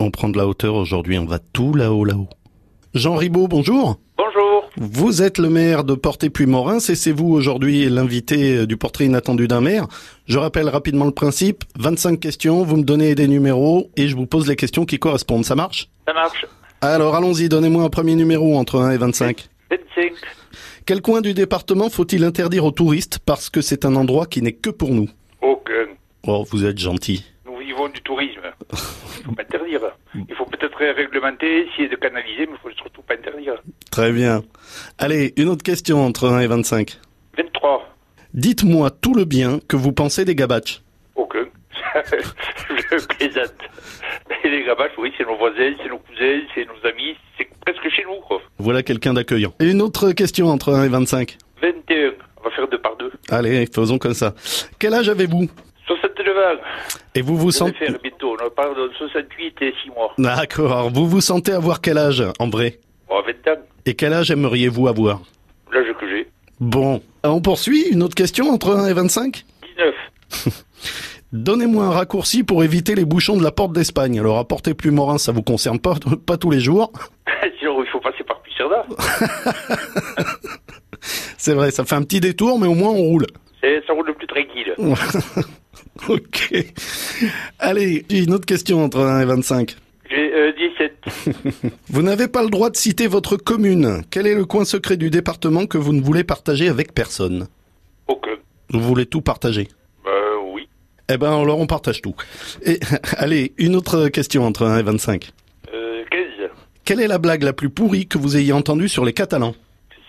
On prend de la hauteur aujourd'hui, on va tout là-haut, là-haut. Jean Ribaud, bonjour. Bonjour. Vous êtes le maire de Portet-Puy-Morin, c'est c'est vous aujourd'hui l'invité euh, du portrait inattendu d'un maire. Je rappelle rapidement le principe, 25 questions, vous me donnez des numéros et je vous pose les questions qui correspondent, ça marche Ça marche. Alors allons-y, donnez-moi un premier numéro entre 1 et 25. 25. Quel coin du département faut-il interdire aux touristes parce que c'est un endroit qui n'est que pour nous Aucun. Oh, vous êtes gentil. Nous vivons du tourisme. Il faut pas interdire. Il faut peut-être réglementer, essayer de canaliser, mais il faut surtout pas interdire. Très bien. Allez, une autre question entre 1 et 25. 23. Dites-moi tout le bien que vous pensez des gabaches. Aucun. Je plaisante. Mais les gabaches, oui, c'est nos voisins, c'est nos cousins, c'est nos amis, c'est presque chez nous, quoi. Voilà quelqu'un d'accueillant. Et une autre question entre 1 et 25. 21. On va faire deux par deux. Allez, faisons comme ça. Quel âge avez-vous 69 ans. Et vous vous Je vais sentez... faire bientôt. On parle de 68 et 6 mois. D'accord, vous vous sentez avoir quel âge en vrai Bon, 20 ans. Et quel âge aimeriez-vous avoir L'âge que j'ai. Bon, on poursuit Une autre question entre 1 et 25 19. Donnez-moi un raccourci pour éviter les bouchons de la porte d'Espagne. Alors, à portée plus morin, ça vous concerne pas, pas tous les jours. Sinon, il faut passer par Puisserda. C'est vrai, ça fait un petit détour, mais au moins on roule. C'est- Ça roule le plus tranquille. Ok. Allez, une autre question entre 1 et 25. J'ai euh, 17. Vous n'avez pas le droit de citer votre commune. Quel est le coin secret du département que vous ne voulez partager avec personne Aucun. Vous voulez tout partager Bah oui. Eh ben, alors on partage tout. Et, allez, une autre question entre 1 et 25. Euh, 15. Quelle est la blague la plus pourrie que vous ayez entendue sur les Catalans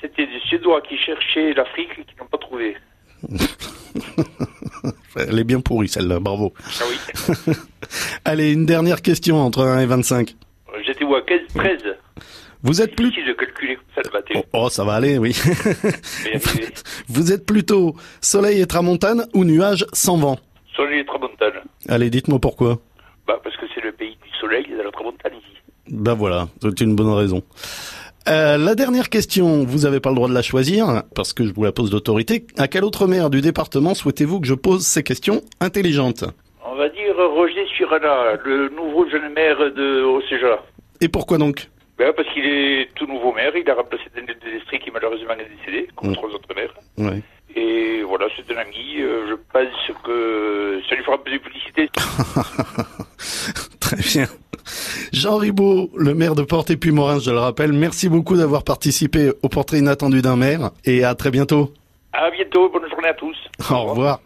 C'était des Suédois qui cherchaient l'Afrique et qui n'ont pas trouvé. Elle est bien pourrie celle-là, bravo. Ah oui. Allez, une dernière question entre 1 et 25. Euh, J'étais où à 15 13 Vous êtes plus... Difficile de calculer comme ça le matin. Oh, oh, ça va aller, oui. Mais euh, Vous êtes plutôt soleil et tramontane ou nuage sans vent sur les Tramontane. Allez, dites-moi pourquoi. Bah parce que c'est le pays du soleil et de la Tramontane ici. Ben voilà, c'est une bonne raison. Euh, la dernière question, vous n'avez pas le droit de la choisir, parce que je vous la pose d'autorité. À quel autre maire du département souhaitez-vous que je pose ces questions intelligentes On va dire euh, Roger Surana, le nouveau jeune maire de Océja. Et pourquoi donc Ben, parce qu'il est tout nouveau maire, il a remplacé Daniel Destri qui malheureusement est décédé, comme Mm. trois autres maires. Ouais. Et voilà, c'est un ami, euh, je pense que ça lui fera un peu de publicité. Très bien. Jean Ribaud, le maire de Porte et Puy-Morin, je le rappelle, merci beaucoup d'avoir participé au portrait inattendu d'un maire et à très bientôt. À bientôt, bonne journée à tous. Au revoir.